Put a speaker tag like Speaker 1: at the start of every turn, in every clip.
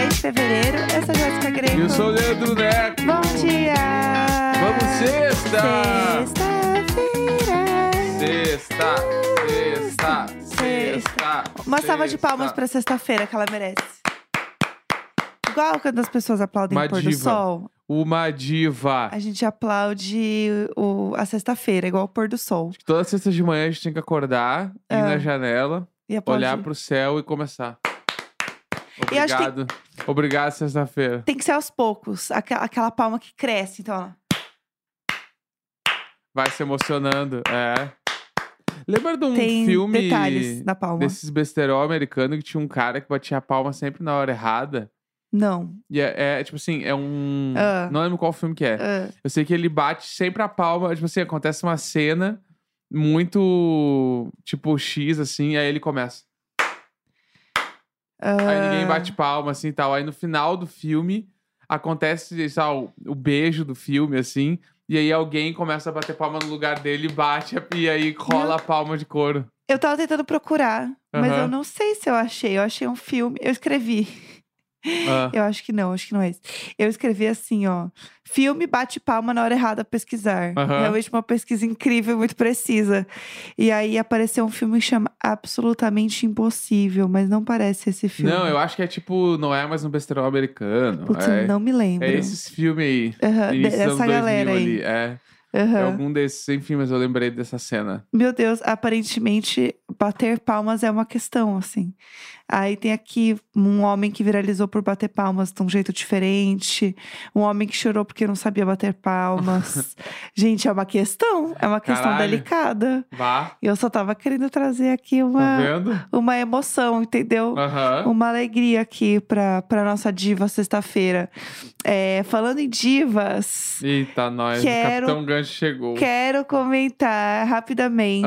Speaker 1: é fevereiro. Eu sou Jéssica Greco.
Speaker 2: Eu sou o Leandro Neto.
Speaker 1: um Bom dia!
Speaker 2: Vamos sexta!
Speaker 1: Sexta-feira!
Speaker 2: Sexta, sexta, sexta.
Speaker 1: Uma salva de
Speaker 2: sexta.
Speaker 1: palmas pra sexta-feira que ela merece. Igual quando as pessoas aplaudem
Speaker 2: Uma
Speaker 1: o pôr do
Speaker 2: diva.
Speaker 1: sol,
Speaker 2: Uma diva.
Speaker 1: a gente aplaude o, a sexta-feira, igual o pôr do sol.
Speaker 2: Toda sexta de manhã a gente tem que acordar, ir
Speaker 1: Ah.
Speaker 2: na janela,
Speaker 1: E aplaude.
Speaker 2: olhar pro céu e começar.
Speaker 1: E acho que tem-
Speaker 2: Obrigado. Obrigado, sexta-feira.
Speaker 1: Tem que ser aos poucos, aque- aquela, palma que cresce. Então, ó.
Speaker 2: Vai se emocionando. É. Lembra de um
Speaker 1: tem
Speaker 2: filme
Speaker 1: detalhes na palma.
Speaker 2: desses besterol americano que tinha um cara que batia a palma sempre na hora errada?
Speaker 1: Não.
Speaker 2: E é, é, tipo assim, é um.
Speaker 1: Ah.
Speaker 2: Não lembro qual filme que é.
Speaker 1: Ah,
Speaker 2: Eu sei que ele bate sempre a palma. Tipo assim, acontece uma cena muito tipo X, assim, aí ele começa. Aí
Speaker 1: Ah.
Speaker 2: ninguém bate palma, assim e tal. Aí no final do filme acontece sei lá, o, o beijo do filme, assim. E aí alguém começa a bater palma no lugar dele e bate, e aí rola a palma de couro.
Speaker 1: eu tava tentando procurar, mas
Speaker 2: Aham.
Speaker 1: eu não sei se eu achei. Eu achei um filme, eu escrevi.
Speaker 2: Ah,
Speaker 1: Eu acho que não, acho que não é esse. Eu escrevi assim, ó. Filme bate palma na hora errada pesquisar.
Speaker 2: Aham.
Speaker 1: Realmente uma pesquisa incrível, muito precisa. E aí apareceu um filme que chama Absolutamente Impossível, mas não parece esse filme.
Speaker 2: Não, eu acho que é tipo, não é mais um besterol americano.
Speaker 1: Putz, eu
Speaker 2: é,
Speaker 1: não me lembro.
Speaker 2: é esses filmes aí.
Speaker 1: Aham, de-
Speaker 2: Início dos
Speaker 1: dessa
Speaker 2: anos 2000
Speaker 1: galera aí.
Speaker 2: ali. É, é
Speaker 1: Aham.
Speaker 2: algum desses, enfim, mas eu lembrei dessa cena.
Speaker 1: Meu Deus, aparentemente bater palmas é uma questão, assim. Aí tem aqui um homem que viralizou por bater palmas de um jeito diferente, um homem que chorou porque não sabia bater palmas. Gente, é uma questão, é uma questão
Speaker 2: Caralho.
Speaker 1: delicada.
Speaker 2: Vá.
Speaker 1: Eu só tava querendo trazer aqui
Speaker 2: Tá
Speaker 1: uma,
Speaker 2: vendo?
Speaker 1: uma emoção, entendeu?
Speaker 2: Aham.
Speaker 1: Uma alegria aqui pra, pra nossa diva sexta-feira. É, falando em divas.
Speaker 2: Eita, nós.
Speaker 1: Quero-
Speaker 2: O Capitão Gancho chegou.
Speaker 1: Quero comentar rapidamente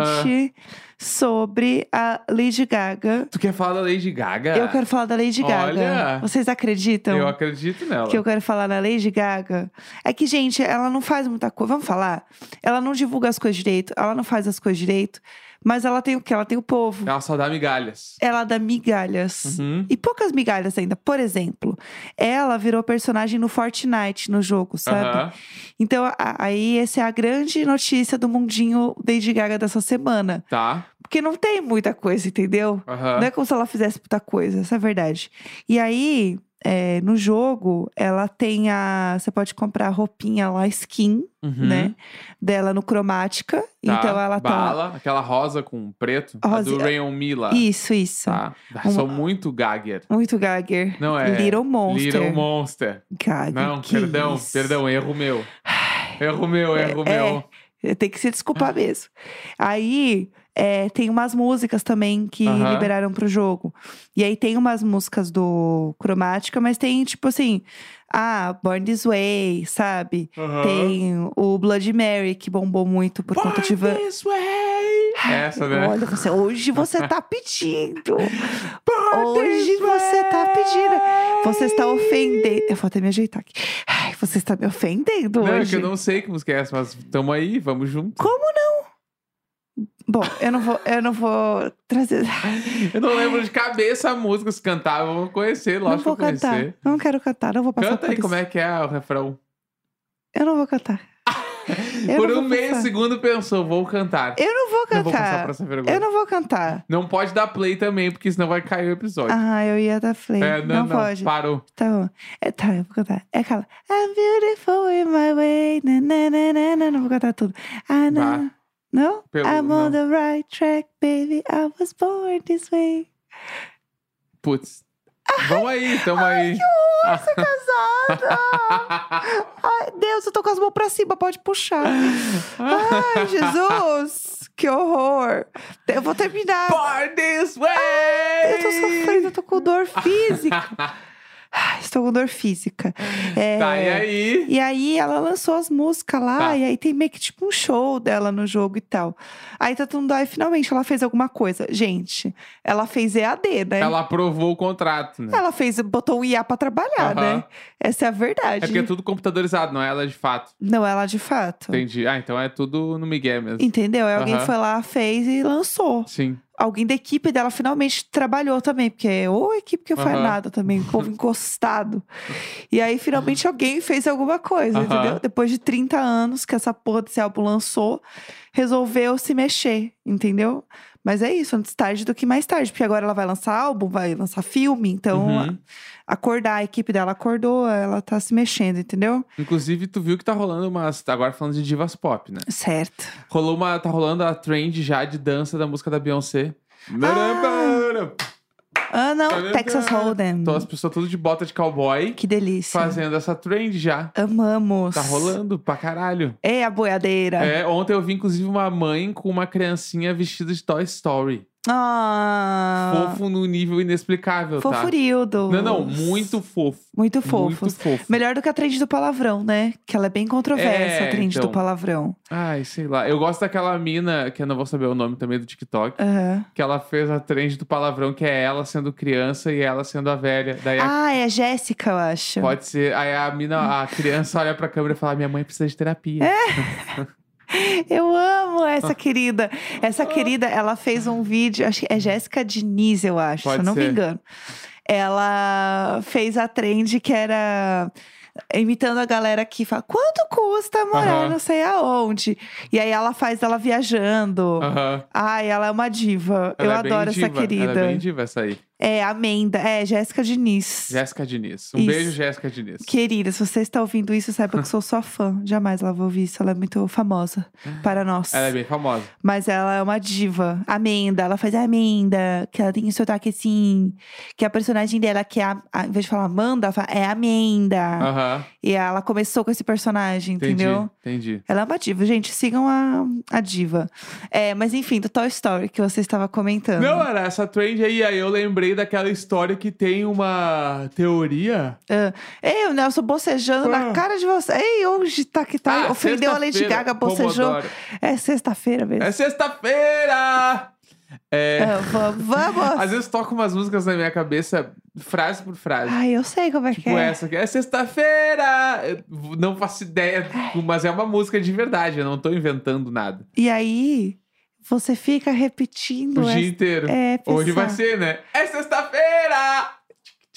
Speaker 2: Ah.
Speaker 1: sobre a Lady Gaga.
Speaker 2: Tu quer falar da Lady Gaga?
Speaker 1: Eu quero falar da Lady Gaga.
Speaker 2: É. Olha!
Speaker 1: Vocês acreditam
Speaker 2: Eu acredito nela.
Speaker 1: que eu quero falar da Lady Gaga? É que, gente, ela não faz muita coisa. Vamos falar? Ela não divulga as coisas direito, ela não faz as coisas direito, mas ela tem o quê? Ela tem o povo.
Speaker 2: Ela só dá migalhas.
Speaker 1: Ela dá migalhas.
Speaker 2: Uhum.
Speaker 1: E poucas migalhas ainda. Por exemplo, ela virou personagem no Fortnite, no jogo, sabe?
Speaker 2: Aham.
Speaker 1: Então, a- aí essa é a grande notícia do mundinho Lady Gaga dessa semana.
Speaker 2: Tá.
Speaker 1: Porque não tem muita coisa, entendeu?
Speaker 2: Aham.
Speaker 1: Não é como se ela fizesse muita coisa, essa é a verdade. E aí, é, no jogo, ela tem a. Você pode comprar a roupinha lá, skin,
Speaker 2: Uhum.
Speaker 1: né? Dela no cromática.
Speaker 2: Tá.
Speaker 1: Então ela tá.
Speaker 2: Bala, aquela rosa com preto.
Speaker 1: A
Speaker 2: A
Speaker 1: rosa-
Speaker 2: do Rayon Mila.
Speaker 1: Isso, isso.
Speaker 2: Tá. Ah, Sou muito Gagger.
Speaker 1: Muito Gagger.
Speaker 2: Não é.
Speaker 1: Little Monster.
Speaker 2: Little Monster.
Speaker 1: Gagger.
Speaker 2: Não,
Speaker 1: que
Speaker 2: perdão,
Speaker 1: isso. É,
Speaker 2: perdão, erro meu. Erro meu, erro meu.
Speaker 1: Tem que se
Speaker 2: Ah.
Speaker 1: desculpar mesmo. Aí é, tem umas músicas também que
Speaker 2: Aham.
Speaker 1: liberaram pro jogo. E aí tem umas músicas do Cromática, mas tem tipo assim. Ah, Born This Way, sabe?
Speaker 2: Aham.
Speaker 1: Tem o Blood Mary, que bombou muito por conta de. Van-
Speaker 2: Born This way. Essa, né?
Speaker 1: Olha, você, hoje você tá pedindo.
Speaker 2: Born
Speaker 1: Hoje
Speaker 2: this
Speaker 1: você tá pedindo.
Speaker 2: way.
Speaker 1: Você está ofendendo. Eu vou até me ajeitar aqui. Ai, você está me ofendendo
Speaker 2: Não, é
Speaker 1: hoje.
Speaker 2: que eu não sei que música é essa, mas tamo aí, vamos junto.
Speaker 1: Bom, eu não vou, eu não vou trazer.
Speaker 2: Eu não lembro de cabeça a música, se cantava, eu vou conhecer,
Speaker 1: não
Speaker 2: lógico
Speaker 1: vou
Speaker 2: que eu vou
Speaker 1: cantar.
Speaker 2: conhecer.
Speaker 1: Não quero cantar, não vou passar
Speaker 2: Canta
Speaker 1: por
Speaker 2: aí
Speaker 1: isso.
Speaker 2: como é que é o refrão.
Speaker 1: Eu não vou cantar. Eu
Speaker 2: Por
Speaker 1: não
Speaker 2: um
Speaker 1: vou
Speaker 2: meio
Speaker 1: passar.
Speaker 2: segundo pensou, vou cantar.
Speaker 1: Eu não vou
Speaker 2: Não vou passar
Speaker 1: cantar.
Speaker 2: pra essa vergonha.
Speaker 1: eu não vou cantar.
Speaker 2: Não pode dar play também, porque senão vai cair o episódio.
Speaker 1: Ah, eu ia dar play.
Speaker 2: É, não, não,
Speaker 1: pode.
Speaker 2: parou.
Speaker 1: Tá bom. É, tá, eu vou cantar. É aquela. I'm beautiful in my way. Né, Na, na, na, na, na. Não vou cantar tudo. Ah, não.
Speaker 2: Vá.
Speaker 1: Não?
Speaker 2: Pelo-
Speaker 1: I'm on
Speaker 2: não.
Speaker 1: the right track, baby. I was born this way.
Speaker 2: Putz. Vamos aí, tamo aí.
Speaker 1: Nossa, casada! Ai, Deus, eu tô com as mãos pra cima, pode puxar. Ai, Jesus! Que horror! Eu vou terminar.
Speaker 2: Born this way!
Speaker 1: Eu tô sofrendo, eu tô com dor física. Ai, Estou com dor física. É,
Speaker 2: Tá, e aí?
Speaker 1: e aí ela lançou as músicas lá,
Speaker 2: Tá.
Speaker 1: e aí tem meio que tipo um show dela no jogo e tal. Aí tá tudo aí, finalmente ela fez alguma coisa. Gente, ela fez EAD, né?
Speaker 2: Ela aprovou o contrato, né?
Speaker 1: Ela fez, botou um IA pra trabalhar,
Speaker 2: Aham.
Speaker 1: né? Essa é a verdade.
Speaker 2: É porque é tudo computadorizado, não é ela de fato.
Speaker 1: Não, ela de fato.
Speaker 2: Entendi. Ah, então é tudo no Miguel mesmo.
Speaker 1: Entendeu? Aí alguém
Speaker 2: Aham.
Speaker 1: foi lá, fez e lançou.
Speaker 2: Sim.
Speaker 1: alguém da equipe dela finalmente trabalhou também, porque é ou a equipe que não faz
Speaker 2: Aham.
Speaker 1: nada também, o povo encostado. E aí finalmente alguém fez alguma coisa,
Speaker 2: Aham.
Speaker 1: entendeu? Depois de 30 anos que essa porra desse álbum lançou, resolveu se mexer, entendeu? Mas é isso, antes tarde do que mais tarde, porque agora ela vai lançar álbum, vai lançar filme, então
Speaker 2: Uhum.
Speaker 1: acordar, a equipe dela acordou, ela tá se mexendo, entendeu?
Speaker 2: Inclusive, tu viu que tá rolando umas. Agora falando de divas pop, né?
Speaker 1: Certo.
Speaker 2: Rolou uma. Tá rolando a trend já de dança da música da Beyoncé.
Speaker 1: Ah, não, Texas Hold'em.
Speaker 2: Então Tá as pessoas tudo de bota de cowboy
Speaker 1: Que delícia.
Speaker 2: fazendo essa trend já.
Speaker 1: Amamos.
Speaker 2: Tá rolando pra caralho.
Speaker 1: Ei, a boiadeira.
Speaker 2: É, ontem eu vi, inclusive, uma mãe com uma criancinha vestida de Toy Story.
Speaker 1: Ah.
Speaker 2: Fofo no nível inexplicável, tá?
Speaker 1: Fofurildo.
Speaker 2: Não, não, muito fofo.
Speaker 1: Muito fofos.
Speaker 2: Muito fofo.
Speaker 1: Melhor do que a trend do palavrão, né? Que ela é bem controversa,
Speaker 2: É,
Speaker 1: a trend
Speaker 2: então.
Speaker 1: do palavrão.
Speaker 2: Ai, sei lá. Eu gosto daquela mina, que eu não vou saber o nome também do TikTok,
Speaker 1: Aham.
Speaker 2: que ela fez a trend do palavrão, que é ela sendo criança e ela sendo a velha. Daí a-
Speaker 1: Ah, é a Jéssica, eu acho.
Speaker 2: pode ser. Aí a mina, a criança olha pra câmera e fala: Minha mãe precisa de terapia.
Speaker 1: É. Eu amo
Speaker 2: Ah.
Speaker 1: essa querida. Essa querida, ela fez um vídeo, acho que é Jéssica Diniz, eu acho, se
Speaker 2: Pode
Speaker 1: eu não me
Speaker 2: ser.
Speaker 1: engano. Ela fez a trend que era imitando a galera que fala: quanto custa morar
Speaker 2: Aham.
Speaker 1: não sei aonde? E aí ela faz ela viajando.
Speaker 2: Aham.
Speaker 1: Ai, ela é uma diva.
Speaker 2: Ela
Speaker 1: eu
Speaker 2: é bem
Speaker 1: adoro essa
Speaker 2: diva,
Speaker 1: querida.
Speaker 2: Ela é bem diva essa aí.
Speaker 1: É, Amenda. É, Jéssica Diniz.
Speaker 2: Jéssica Diniz. Um
Speaker 1: Isso.
Speaker 2: beijo, Jéssica Diniz.
Speaker 1: Querida, se você está ouvindo isso, saiba que eu sou sua fã. Jamais ela vai ouvir isso. Ela é muito famosa para nós.
Speaker 2: Ela é bem famosa.
Speaker 1: Mas ela é uma diva. Amenda, ela faz a Amenda, que ela tem o sotaque assim. Que a personagem dela, que é a, a- em vez de falar Amanda, ela fala, é Amenda.
Speaker 2: Aham.
Speaker 1: E ela começou com esse personagem,
Speaker 2: Ah. Entendi.
Speaker 1: entendeu?
Speaker 2: Entendi.
Speaker 1: Ela é uma diva, gente. Sigam a, a diva. É, mas enfim, do Toy Story que você estava comentando.
Speaker 2: Não, era essa trend aí. Aí eu lembrei daquela história que tem uma teoria.
Speaker 1: Ei, o Nelson bocejando
Speaker 2: Ah.
Speaker 1: na cara de você. Ei, hoje tá que tá.
Speaker 2: Ah,
Speaker 1: Ofendeu a Lady
Speaker 2: sexta-feira,
Speaker 1: Gaga, bocejou.
Speaker 2: Pomodoro.
Speaker 1: É sexta-feira mesmo.
Speaker 2: É sexta-feira! É,
Speaker 1: Ah, vamos. vamos.
Speaker 2: Às vezes toco umas músicas na minha cabeça, frase por frase.
Speaker 1: Ai, eu sei como é que
Speaker 2: Tipo
Speaker 1: é.
Speaker 2: essa aqui. É sexta-feira! Eu Não faço ideia, mas é uma música de verdade. Eu não tô inventando nada.
Speaker 1: E aí, você fica repetindo
Speaker 2: O
Speaker 1: essa.
Speaker 2: dia inteiro.
Speaker 1: É,
Speaker 2: Hoje
Speaker 1: pensar.
Speaker 2: vai ser, né? É sexta-feira!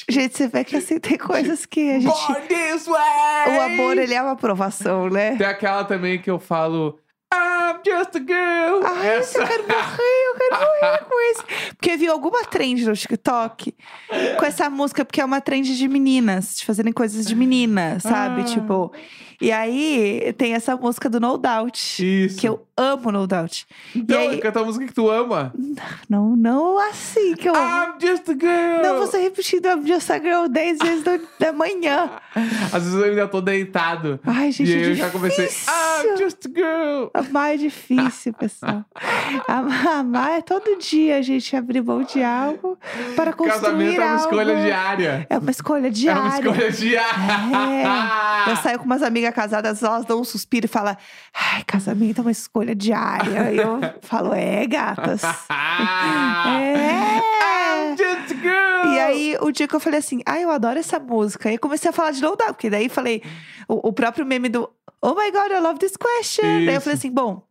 Speaker 1: Gente, você vê que assim tem
Speaker 2: Tipo,
Speaker 1: coisas que a gente.
Speaker 2: Born this way!
Speaker 1: O amor, ele é uma aprovação, né?
Speaker 2: Tem aquela também que eu falo. I'm just a girl!
Speaker 1: Ai, isso é eu quero morrer, eu quero morrer com isso. Porque viu alguma trend no TikTok com essa música, porque é uma trend de meninas, de fazerem coisas de menina, sabe?
Speaker 2: Ah.
Speaker 1: Tipo. E aí tem essa música do No Doubt.
Speaker 2: Isso.
Speaker 1: Que eu amo No Doubt.
Speaker 2: Então,
Speaker 1: e aí-
Speaker 2: canta a música que tu ama.
Speaker 1: Não, não assim que eu amo.
Speaker 2: I'm just a girl!
Speaker 1: Não, você repetindo a Just a Girl 10 vezes do- da manhã.
Speaker 2: Às vezes eu ainda tô deitado.
Speaker 1: Ai, gente,
Speaker 2: e
Speaker 1: é
Speaker 2: aí eu já comecei. I'm
Speaker 1: difícil.
Speaker 2: just a girl!
Speaker 1: Amar é difícil, pessoal. Am- Amar é todo dia a gente abrir mão de algo para construir
Speaker 2: Casamento é uma
Speaker 1: algo.
Speaker 2: escolha diária.
Speaker 1: É uma escolha diária.
Speaker 2: É uma escolha diária.
Speaker 1: Eu saio com umas amigas casadas, elas dão um suspiro e falam: Ai, casamento é uma escolha diária. E eu falo: É, gatas. É.
Speaker 2: I'm Ah! just a girl!
Speaker 1: E aí, o dia que eu falei assim, ah, eu adoro essa música. E comecei a falar de Low Down, porque daí falei o, o próprio meme do Oh my God, I love this question. Daí eu
Speaker 2: Isso.
Speaker 1: falei assim, bom.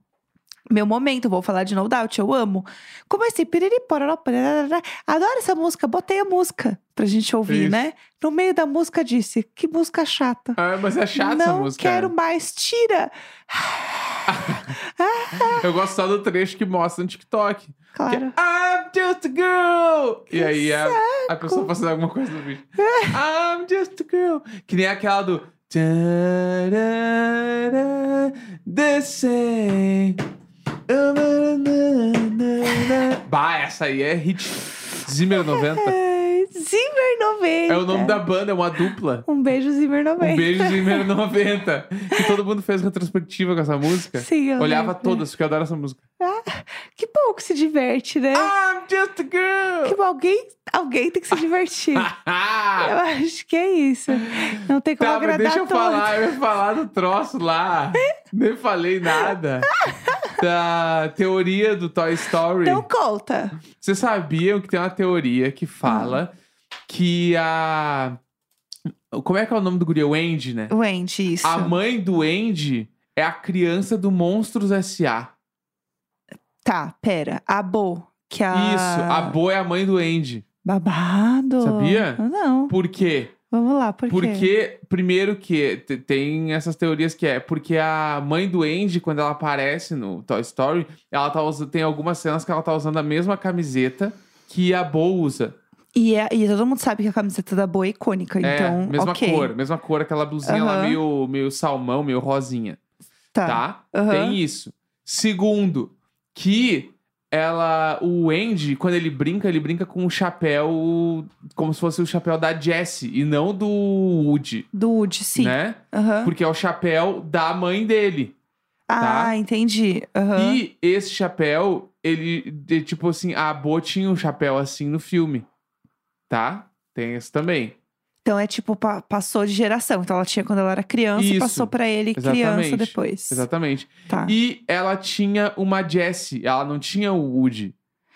Speaker 1: Meu momento, vou falar de No Doubt, eu amo. Comecei, piriri, pororó, parará, adoro essa música, botei a música pra gente ouvir,
Speaker 2: Isso.
Speaker 1: né? No meio da música disse, que música chata.
Speaker 2: Ah, mas é chata
Speaker 1: Não
Speaker 2: essa música.
Speaker 1: quero
Speaker 2: né?
Speaker 1: mais, tira.
Speaker 2: Eu gosto só do trecho que mostra no TikTok. Que é,
Speaker 1: Claro.
Speaker 2: I'm just a girl! E aí a, a pessoa
Speaker 1: saco. É.
Speaker 2: fazendo alguma coisa no vídeo. I'm just a girl! Que nem aquela do. Tarará, The same. Bah, essa aí é hit. Zimmer 90.
Speaker 1: Ai, É, Zimmer 90.
Speaker 2: É o nome da banda, é uma dupla.
Speaker 1: Um beijo, Zimmer 90.
Speaker 2: Um beijo Zimmer 90. Que todo mundo fez retrospectiva com essa música.
Speaker 1: Sim, eu
Speaker 2: Olhava
Speaker 1: lembro.
Speaker 2: todas, porque eu adoro essa música.
Speaker 1: Que bom que se diverte,
Speaker 2: Ah,
Speaker 1: né?
Speaker 2: I'm just a girl! Ah,
Speaker 1: Que Tipo, alguém, alguém tem que se divertir. Eu acho que é isso. Não tem como
Speaker 2: Tá, mas
Speaker 1: agradar
Speaker 2: deixa eu
Speaker 1: todos.
Speaker 2: falar, eu ia falar do troço lá. Nem falei nada. Da teoria do Toy Story.
Speaker 1: Então conta.
Speaker 2: Vocês sabiam que tem uma teoria que fala
Speaker 1: Hum.
Speaker 2: que a. Como é que é o nome do guri? O Andy, né?
Speaker 1: Wendy, isso.
Speaker 2: A mãe do Andy é a criança do Monstros S.A.
Speaker 1: Tá, pera. A Bo, Que a...
Speaker 2: Isso, a Bo é a mãe do Andy.
Speaker 1: Babado. Ah,
Speaker 2: Sabia?
Speaker 1: Não.
Speaker 2: Por quê?
Speaker 1: Vamos lá, por quê?
Speaker 2: Porque, primeiro que te- tem essas teorias que é porque a mãe do Andy, quando ela aparece no Toy Story, ela tá usando, tem algumas cenas que ela tá usando a mesma camiseta que a Bo usa.
Speaker 1: E, é- e todo mundo sabe que a camiseta da Boa é icônica,
Speaker 2: é,
Speaker 1: então.
Speaker 2: mesma
Speaker 1: ok.
Speaker 2: cor, mesma cor, aquela blusinha lá
Speaker 1: Aham.
Speaker 2: meio, meio salmão, meio rosinha,
Speaker 1: Tá.
Speaker 2: tá?
Speaker 1: Aham.
Speaker 2: Tem isso. Segundo, que ela, o Andy, quando ele brinca, ele brinca com um chapéu como se fosse o chapéu da Jessie e não do Woody,
Speaker 1: Do Woody, sim.
Speaker 2: né?
Speaker 1: Aham.
Speaker 2: Porque é o chapéu da mãe dele. tá?
Speaker 1: Ah, entendi. Aham.
Speaker 2: E esse chapéu, ele, de- tipo assim, a Bo tinha um chapéu assim no filme. Tá? Tem esse também.
Speaker 1: Então é tipo, pa- passou de geração. Então ela tinha quando ela era criança
Speaker 2: Isso.
Speaker 1: e passou pra ele
Speaker 2: Exatamente.
Speaker 1: criança depois.
Speaker 2: Exatamente.
Speaker 1: Tá.
Speaker 2: E ela tinha uma Jessie, ela não tinha o Woody.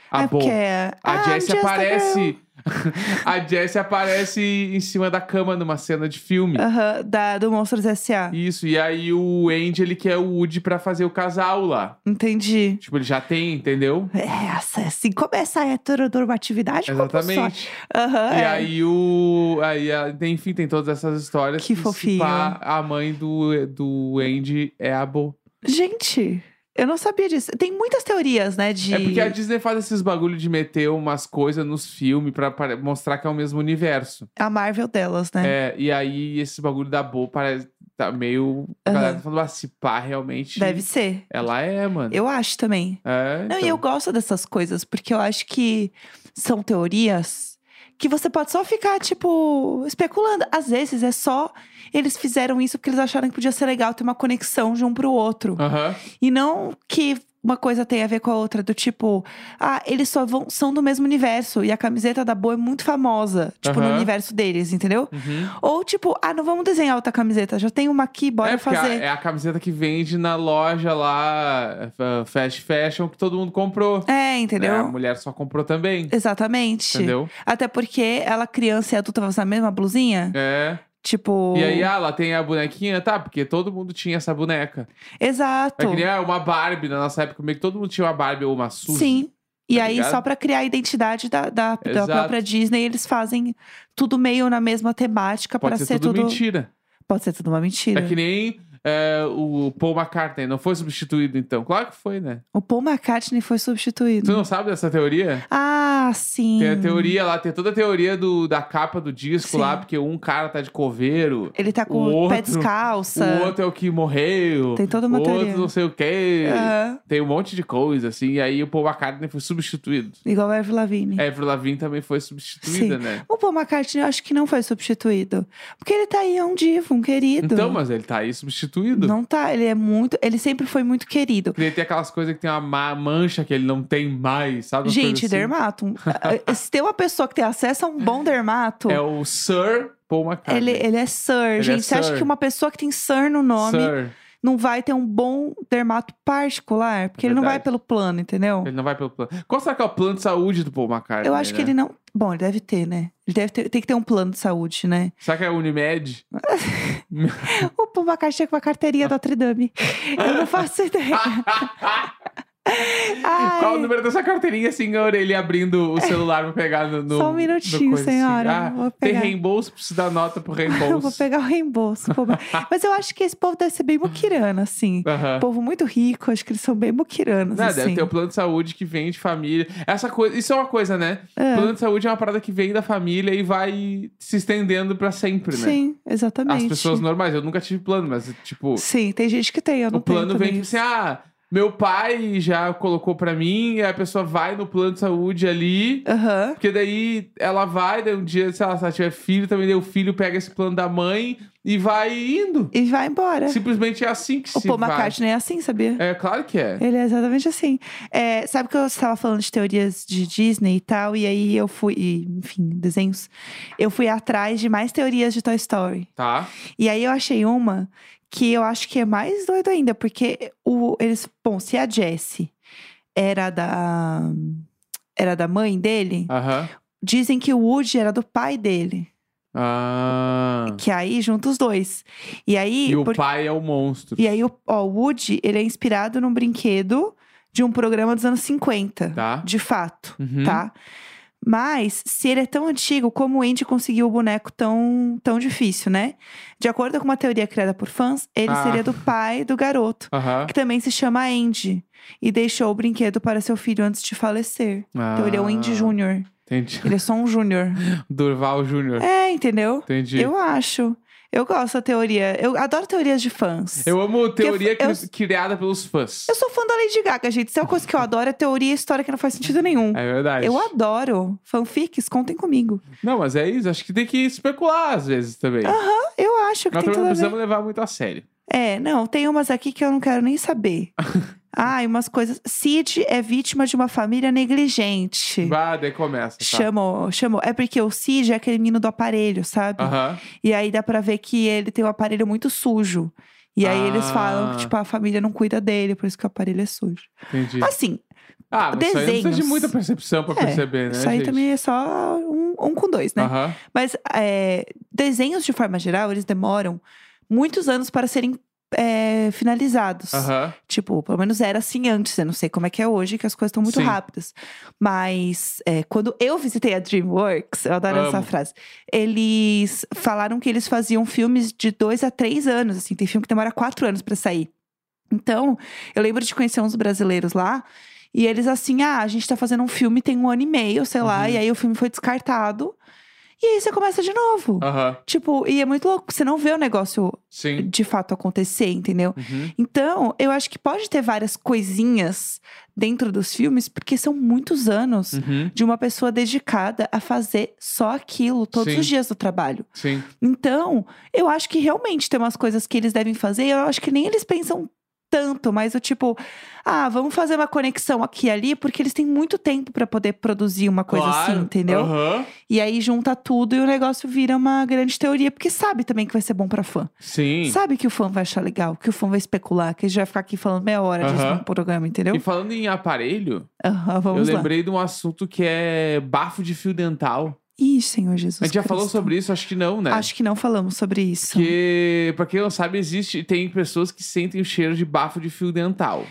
Speaker 2: A
Speaker 1: é
Speaker 2: Bo.
Speaker 1: porque é...
Speaker 2: A
Speaker 1: Ah,
Speaker 2: Jessie
Speaker 1: just a girl.
Speaker 2: aparece. a Jessie aparece em cima da cama numa cena de filme.
Speaker 1: Aham, da, do Monstros S.A.
Speaker 2: Isso, e aí o Andy, ele quer o Woody pra fazer o casal lá.
Speaker 1: Entendi.
Speaker 2: Tipo, ele já tem, entendeu?
Speaker 1: É, assim começa a heteronormatividade, como Tipo, só.
Speaker 2: Exatamente.
Speaker 1: Aham,
Speaker 2: E
Speaker 1: é.
Speaker 2: aí o. Aí, a- tem- enfim, tem todas essas histórias.
Speaker 1: Que
Speaker 2: se
Speaker 1: fofinho.
Speaker 2: pá, a mãe do, do Andy é a Bo.
Speaker 1: Gente, eu não sabia disso. Tem muitas teorias, né, de...
Speaker 2: É porque a Disney faz esses bagulho de meter umas coisas nos filmes pra, pare- mostrar que é o mesmo universo.
Speaker 1: A Marvel delas, né?
Speaker 2: É, e aí esse bagulho da Bo parece. Tá meio. A galera tá falando, ah, se pá, realmente.
Speaker 1: Deve ser.
Speaker 2: Ela é, mano.
Speaker 1: Eu acho também.
Speaker 2: É,
Speaker 1: Não,
Speaker 2: então.
Speaker 1: e eu gosto dessas coisas, porque eu acho que são teorias que você pode só ficar, tipo, especulando. Às vezes é só eles fizeram isso porque eles acharam que podia ser legal ter uma conexão de um pro outro.
Speaker 2: Aham.
Speaker 1: E não que uma coisa tenha a ver com a outra, do tipo, ah, eles só vão, são do mesmo universo e a camiseta da Boa é muito famosa, tipo, no
Speaker 2: Aham.
Speaker 1: universo deles, entendeu?
Speaker 2: Uhum.
Speaker 1: Ou tipo, ah, não vamos desenhar outra camiseta, já tem uma aqui, bora
Speaker 2: é, porque a-
Speaker 1: fazer.
Speaker 2: é a camiseta que vende na loja lá, eh, fast fashion, que todo mundo comprou.
Speaker 1: É,
Speaker 2: né?
Speaker 1: entendeu?
Speaker 2: A mulher só comprou também.
Speaker 1: Exatamente.
Speaker 2: Entendeu?
Speaker 1: Até porque ela, criança e adulta, vai usar a mesma blusinha.
Speaker 2: É.
Speaker 1: Tipo.
Speaker 2: E aí, ah, ela tem a bonequinha, tá? Porque todo mundo tinha essa boneca.
Speaker 1: Exato.
Speaker 2: É que nem ah, uma Barbie na nossa época, meio que todo mundo tinha uma Barbie ou uma Suzy.
Speaker 1: Sim. E
Speaker 2: é tá
Speaker 1: aí,
Speaker 2: ligado?
Speaker 1: só pra criar a identidade da, da, da
Speaker 2: Exato.
Speaker 1: própria Disney, eles fazem tudo meio na mesma temática
Speaker 2: Pode
Speaker 1: pra
Speaker 2: ser,
Speaker 1: ser
Speaker 2: tudo, mentira.
Speaker 1: Pode ser tudo uma mentira.
Speaker 2: É que nem é, o Paul McCartney, não foi substituído então. Claro que foi, né?
Speaker 1: O Paul McCartney foi substituído.
Speaker 2: Tu não sabe dessa teoria?
Speaker 1: Ah, sim.
Speaker 2: Tem a teoria lá, tem toda a teoria do, da capa do disco
Speaker 1: Sim.
Speaker 2: lá, porque um cara tá de coveiro,
Speaker 1: Ele tá com
Speaker 2: O
Speaker 1: o, pé
Speaker 2: outro-
Speaker 1: descalça.
Speaker 2: o outro é o que morreu,
Speaker 1: Tem toda
Speaker 2: o
Speaker 1: uma
Speaker 2: outro
Speaker 1: teoria. Ah.
Speaker 2: não sei o quê.
Speaker 1: Aham.
Speaker 2: Tem um monte de coisa, assim. E aí o Paul McCartney foi substituído.
Speaker 1: Igual a Avril Lavigne.
Speaker 2: Avril Lavigne também foi substituída, né?
Speaker 1: O Paul McCartney, eu acho que não foi substituído. Porque ele tá aí, é um divo, um querido.
Speaker 2: Então, mas ele tá aí substituído.
Speaker 1: Não tá, ele é muito. Ele sempre foi muito querido.
Speaker 2: Porque tem aquelas coisas que tem uma ma- mancha que ele não tem mais, sabe? Umas
Speaker 1: Gente,
Speaker 2: coisas assim.
Speaker 1: dermato. um- eh, Se tem uma pessoa que tem acesso a um bom dermato,
Speaker 2: É o Sir Paul
Speaker 1: ele,
Speaker 2: McCartney.
Speaker 1: ele um é Sir.
Speaker 2: é
Speaker 1: Gente, você acha
Speaker 2: Sir.
Speaker 1: que uma pessoa que tem Sir no nome
Speaker 2: Sir.
Speaker 1: não vai ter um bom dermato particular? Porque ele não vai
Speaker 2: Verdade.
Speaker 1: pelo plano, entendeu?
Speaker 2: Ele não vai pelo plano. Qual será que é o plano de saúde do Paul McCartney?
Speaker 1: Eu acho que
Speaker 2: né?
Speaker 1: ele não. Bom, ele deve ter, né? Ele deve ter, tem que ter um plano de saúde, né?
Speaker 2: Será que é a Unimed?
Speaker 1: O Paul McCartney com a carteirinha da Notre Dame. Eu não faço ideia. Ai, É.
Speaker 2: Qual o número dessa carteirinha, senhor? Ele abrindo o celular pra pegar no. no
Speaker 1: Só um
Speaker 2: no
Speaker 1: minutinho,
Speaker 2: coisa assim.
Speaker 1: senhora.
Speaker 2: Ah,
Speaker 1: Vou
Speaker 2: tem
Speaker 1: pegar.
Speaker 2: reembolso, preciso dar nota pro
Speaker 1: eu
Speaker 2: reembolso.
Speaker 1: vou pegar o reembolso. Paul Mac- Mas eu acho que esse povo deve ser bem muquirana, assim.
Speaker 2: Aham.
Speaker 1: povo muito rico, acho que eles são bem muquiranos,
Speaker 2: É. Não,
Speaker 1: assim.
Speaker 2: Né, deve ter o plano de saúde que vem de família. Essa coisa, isso é uma coisa, né?
Speaker 1: É.
Speaker 2: Plano de saúde é uma parada que vem da família e vai se estendendo pra sempre, né?
Speaker 1: Sim, exatamente.
Speaker 2: As pessoas normais. Eu nunca tive plano, mas, tipo,
Speaker 1: Sim, tem gente que tem, eu não
Speaker 2: o plano
Speaker 1: tenho
Speaker 2: vem
Speaker 1: também.
Speaker 2: tipo assim, ah, meu pai já colocou pra mim, e a pessoa vai no plano de saúde ali.
Speaker 1: Aham.
Speaker 2: Porque daí ela vai, daí um dia, se ela, se ela tiver filho, também daí o filho pega esse plano da mãe e vai indo.
Speaker 1: E vai embora.
Speaker 2: Simplesmente é assim que
Speaker 1: o
Speaker 2: se
Speaker 1: Paul
Speaker 2: vai.
Speaker 1: McCartney é assim, sabia?
Speaker 2: É, claro que é.
Speaker 1: Ele é exatamente assim. É, sabe que eu estava falando de teorias de Disney e tal, e aí eu fui, e, enfim, desenhos. Eu fui atrás de mais teorias de Toy Story.
Speaker 2: Tá?
Speaker 1: E aí eu achei uma que eu acho que é mais doido ainda, porque o, eles, bom, se a Jessie era da era da mãe dele,
Speaker 2: Aham.
Speaker 1: Dizem que o Woody era do pai dele.
Speaker 2: Ah.
Speaker 1: Que aí junta os dois. E aí.
Speaker 2: E o
Speaker 1: por-
Speaker 2: pai é o monstro.
Speaker 1: e aí, o- ó, o Woody, ele é inspirado num brinquedo de um programa dos anos 50.
Speaker 2: Tá.
Speaker 1: De fato,
Speaker 2: Uhum.
Speaker 1: tá? Mas, se ele é tão antigo, como o Andy conseguiu o boneco tão, tão difícil, né? De acordo com uma teoria criada por fãs, ele
Speaker 2: Ah.
Speaker 1: seria do pai do garoto,
Speaker 2: Aham.
Speaker 1: que também se chama Andy, e deixou o brinquedo para seu filho antes de falecer. Então, ele é o Andy
Speaker 2: Ah,
Speaker 1: Júnior.
Speaker 2: Entendi.
Speaker 1: Ele é só um Júnior.
Speaker 2: Durval Júnior.
Speaker 1: É, entendeu?
Speaker 2: Entendi.
Speaker 1: Eu acho. Eu gosto da teoria. Eu adoro teorias de fãs.
Speaker 2: Eu amo teoria
Speaker 1: eu-
Speaker 2: cri- criada pelos fãs.
Speaker 1: Eu sou fã da Lady Gaga, gente. Se é uma coisa que eu adoro, é teoria e história que não faz sentido nenhum.
Speaker 2: É verdade.
Speaker 1: Eu adoro. Fanfics, contem comigo.
Speaker 2: Não, mas é isso. Acho que tem que especular às vezes também.
Speaker 1: Eu acho que
Speaker 2: Nós
Speaker 1: Ah, tem
Speaker 2: também
Speaker 1: tudo
Speaker 2: não
Speaker 1: a ver.
Speaker 2: precisamos levar muito a sério.
Speaker 1: É, não, tem umas aqui que eu não quero nem saber. Ai, umas coisas. Cid é vítima de uma família negligente.
Speaker 2: Bah, daí começa. Tá.
Speaker 1: Chamou, chamou. É porque o Cid é aquele menino do aparelho, sabe?
Speaker 2: Aham.
Speaker 1: E aí dá pra ver que ele tem um aparelho muito sujo. E aí eles
Speaker 2: Ah.
Speaker 1: falam que, tipo, a família não cuida dele, por isso que o aparelho é sujo.
Speaker 2: Entendi.
Speaker 1: Assim,
Speaker 2: Ah, mas isso aí não precisa de
Speaker 1: desenhos.
Speaker 2: muita percepção pra
Speaker 1: É,
Speaker 2: perceber, né?
Speaker 1: isso aí
Speaker 2: gente?
Speaker 1: também é só um, um com dois, né?
Speaker 2: Aham.
Speaker 1: Mas é, desenhos, de forma geral, eles demoram muitos anos para serem é, finalizados.
Speaker 2: Aham.
Speaker 1: Tipo, pelo menos era assim antes. Eu não sei como é que é hoje, que as coisas estão muito
Speaker 2: Sim.
Speaker 1: rápidas. Mas é, quando eu visitei a DreamWorks, eu adoro essa
Speaker 2: Amo.
Speaker 1: frase. Eles falaram que eles faziam filmes de dois a três anos, assim. Tem filme que demora quatro anos pra sair. Então, eu lembro de conhecer uns brasileiros lá. E eles assim, ah, a gente tá fazendo um filme, tem um ano e meio, sei lá.
Speaker 2: Uhum.
Speaker 1: E aí o filme foi descartado. E aí você começa de novo.
Speaker 2: Aham.
Speaker 1: Tipo, e é muito louco. Você não vê o negócio
Speaker 2: Sim.
Speaker 1: de fato acontecer, entendeu?
Speaker 2: Uhum.
Speaker 1: Então, eu acho que pode ter várias coisinhas dentro dos filmes, porque são muitos anos
Speaker 2: Uhum.
Speaker 1: de uma pessoa dedicada a fazer só aquilo todos
Speaker 2: Sim.
Speaker 1: os dias do trabalho.
Speaker 2: Sim.
Speaker 1: Então, eu acho que realmente tem umas coisas que eles devem fazer, e eu acho que nem eles pensam tanto, mas o tipo, ah, vamos fazer uma conexão aqui e ali, porque eles têm muito tempo pra poder produzir uma coisa
Speaker 2: claro.
Speaker 1: assim, entendeu?
Speaker 2: Aham.
Speaker 1: E aí junta tudo e o negócio vira uma grande teoria, porque sabe também que vai ser bom pra fã.
Speaker 2: Sim.
Speaker 1: Sabe que o fã vai achar legal, que o fã vai especular, que a gente vai ficar aqui falando meia hora disso
Speaker 2: Aham.
Speaker 1: no programa, entendeu?
Speaker 2: E falando em aparelho,
Speaker 1: Aham, vamos
Speaker 2: eu
Speaker 1: lá.
Speaker 2: lembrei de um assunto que é bafo de fio dental.
Speaker 1: Ih, Senhor Jesus.
Speaker 2: A gente já
Speaker 1: Cristo.
Speaker 2: falou sobre isso, acho que não, né?
Speaker 1: Acho que não falamos sobre isso.
Speaker 2: Porque, pra quem não sabe, existe, tem pessoas que sentem o cheiro de bafo de fio dental.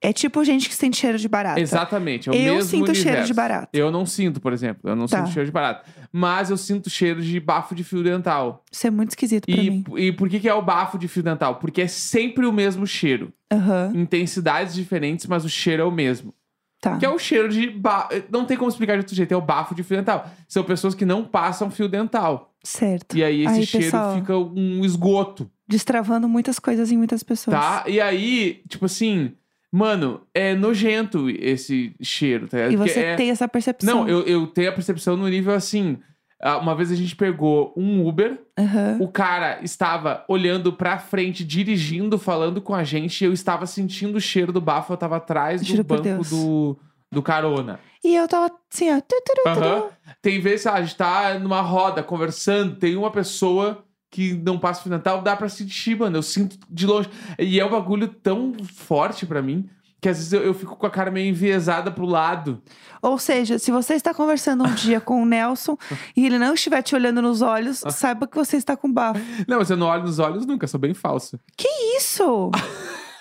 Speaker 1: É tipo gente que sente cheiro de barata.
Speaker 2: Exatamente, é o
Speaker 1: Ah, tá. Eu
Speaker 2: mesmo
Speaker 1: sinto
Speaker 2: universo.
Speaker 1: cheiro de barata.
Speaker 2: Eu não sinto, por exemplo. Eu não
Speaker 1: Tá.
Speaker 2: sinto cheiro de barato. Mas eu sinto cheiro de bafo de fio dental.
Speaker 1: Isso é muito esquisito pra
Speaker 2: E,
Speaker 1: mim.
Speaker 2: e por que, que é o bafo de fio dental? Porque é sempre o mesmo cheiro.
Speaker 1: Aham,
Speaker 2: Intensidades diferentes, mas o cheiro é o mesmo.
Speaker 1: tá.
Speaker 2: Que é o cheiro de. Ba... Não tem como explicar de outro jeito, é o bafo de fio dental. São pessoas que não passam fio dental.
Speaker 1: Certo.
Speaker 2: E aí esse
Speaker 1: Aí,
Speaker 2: cheiro
Speaker 1: pessoal.
Speaker 2: fica um esgoto,
Speaker 1: Destravando muitas coisas em muitas pessoas.
Speaker 2: tá? E aí, tipo assim, mano, é nojento esse cheiro, tá? ligado?
Speaker 1: E
Speaker 2: Porque
Speaker 1: você
Speaker 2: é...
Speaker 1: tem essa percepção.
Speaker 2: Não, eu, eu tenho a percepção no nível assim. ah, Uma vez a gente pegou um Uber,
Speaker 1: Aham.
Speaker 2: o cara estava olhando pra frente, dirigindo, falando com a gente, e eu estava sentindo o cheiro do bafo, eu tava atrás do
Speaker 1: Juro por
Speaker 2: banco
Speaker 1: Deus.
Speaker 2: do, do carona.
Speaker 1: E eu tava assim, ó. tu, tu, tu, tu,
Speaker 2: Aham. Tem vezes, ah, a gente tá numa roda conversando, tem uma pessoa que não passa fio dental, dá pra sentir, mano. Eu sinto de longe. E é um bagulho tão forte pra mim que às vezes eu, eu fico com a cara meio enviesada pro lado.
Speaker 1: Ou seja, se você está conversando um dia com o Nelson e ele não estiver te olhando nos olhos,
Speaker 2: Ah.
Speaker 1: saiba que você está com bafo.
Speaker 2: Não, mas eu não olho nos olhos nunca, sou bem falso.
Speaker 1: isso?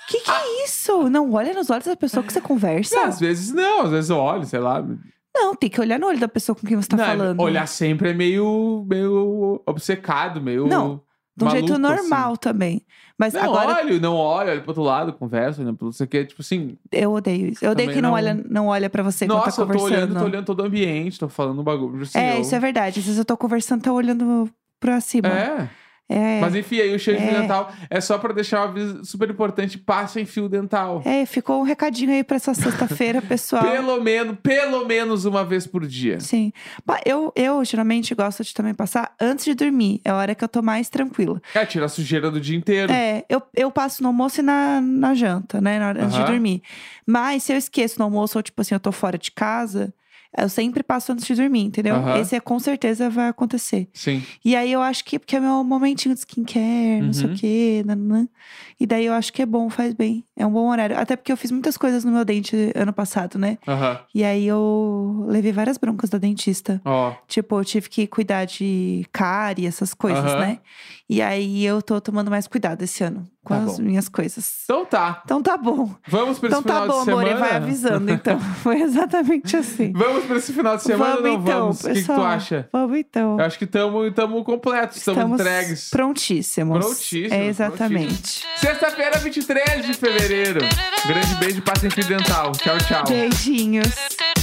Speaker 1: que que é isso? Não olha nos olhos da pessoa que você conversa.
Speaker 2: Às vezes não, às vezes eu olho, sei lá.
Speaker 1: Não, tem que olhar no olho da pessoa com quem você tá
Speaker 2: Não,
Speaker 1: falando.
Speaker 2: Olhar sempre é meio, meio obcecado, meio.
Speaker 1: Não, De um jeito
Speaker 2: maluco,
Speaker 1: normal também. Mas
Speaker 2: Assim. Não
Speaker 1: agora
Speaker 2: olho, não olho, olho pro outro lado, converso, olho pro não sei o que. Tipo assim,
Speaker 1: eu odeio isso. Eu odeio
Speaker 2: Também
Speaker 1: que não,
Speaker 2: não-
Speaker 1: olha, não olha pra você quando tá
Speaker 2: nossa, eu tô
Speaker 1: conversando.
Speaker 2: olhando, tô olhando todo o ambiente, tô falando um bagulho. Assim,
Speaker 1: é,
Speaker 2: eu...
Speaker 1: isso é verdade. Às vezes eu tô conversando, tá olhando pra cima.
Speaker 2: É,
Speaker 1: É,
Speaker 2: mas enfim, aí o cheiro de
Speaker 1: É.
Speaker 2: fio dental é só pra deixar uma aviso super importante: passa em fio dental.
Speaker 1: É, ficou um recadinho aí pra essa sexta-feira, pessoal.
Speaker 2: Pelo menos, pelo menos uma vez por dia.
Speaker 1: Sim. Ba- Eu, eu geralmente gosto de também passar antes de dormir. É a hora que eu tô mais tranquila.
Speaker 2: É, tira a sujeira do dia inteiro.
Speaker 1: É, eu, eu passo no almoço e na, na janta, né? na hora- Antes de
Speaker 2: Aham.
Speaker 1: dormir. Mas se eu esqueço no almoço, ou tipo assim, eu tô fora de casa, eu sempre passo antes de dormir, entendeu?
Speaker 2: Aham.
Speaker 1: Esse é, com certeza vai acontecer.
Speaker 2: Sim.
Speaker 1: E aí eu acho que, porque é meu momentinho de skincare, não sei o
Speaker 2: Uhum.
Speaker 1: quê, nananã. E daí eu acho que é bom, faz bem. É um bom horário. Até porque eu fiz muitas coisas no meu dente ano passado, né?
Speaker 2: Aham.
Speaker 1: E aí eu levei várias broncas da dentista.
Speaker 2: Ó.
Speaker 1: Tipo, eu tive que cuidar de cárie, essas coisas,
Speaker 2: Aham.
Speaker 1: né? E aí eu tô tomando mais cuidado esse ano com
Speaker 2: Tá
Speaker 1: as
Speaker 2: bom.
Speaker 1: minhas coisas.
Speaker 2: Então tá.
Speaker 1: Então tá bom.
Speaker 2: Vamos pra
Speaker 1: Então
Speaker 2: esse
Speaker 1: tá
Speaker 2: final
Speaker 1: bom,
Speaker 2: de
Speaker 1: amor,
Speaker 2: semana.
Speaker 1: e vai avisando então. Foi exatamente assim.
Speaker 2: Vamos pra esse final de semana
Speaker 1: vamos
Speaker 2: ou não
Speaker 1: então,
Speaker 2: vamos? O que, que tu
Speaker 1: pessoal.
Speaker 2: acha?
Speaker 1: Vamos então.
Speaker 2: Eu acho que estamos tamo completos, estamos entregues.
Speaker 1: prontíssimos.
Speaker 2: Prontíssimos,
Speaker 1: É exatamente.
Speaker 2: Sexta-feira, 23 de fevereiro. Grande beijo, passem fio dental. Tchau, tchau.
Speaker 1: Beijinhos.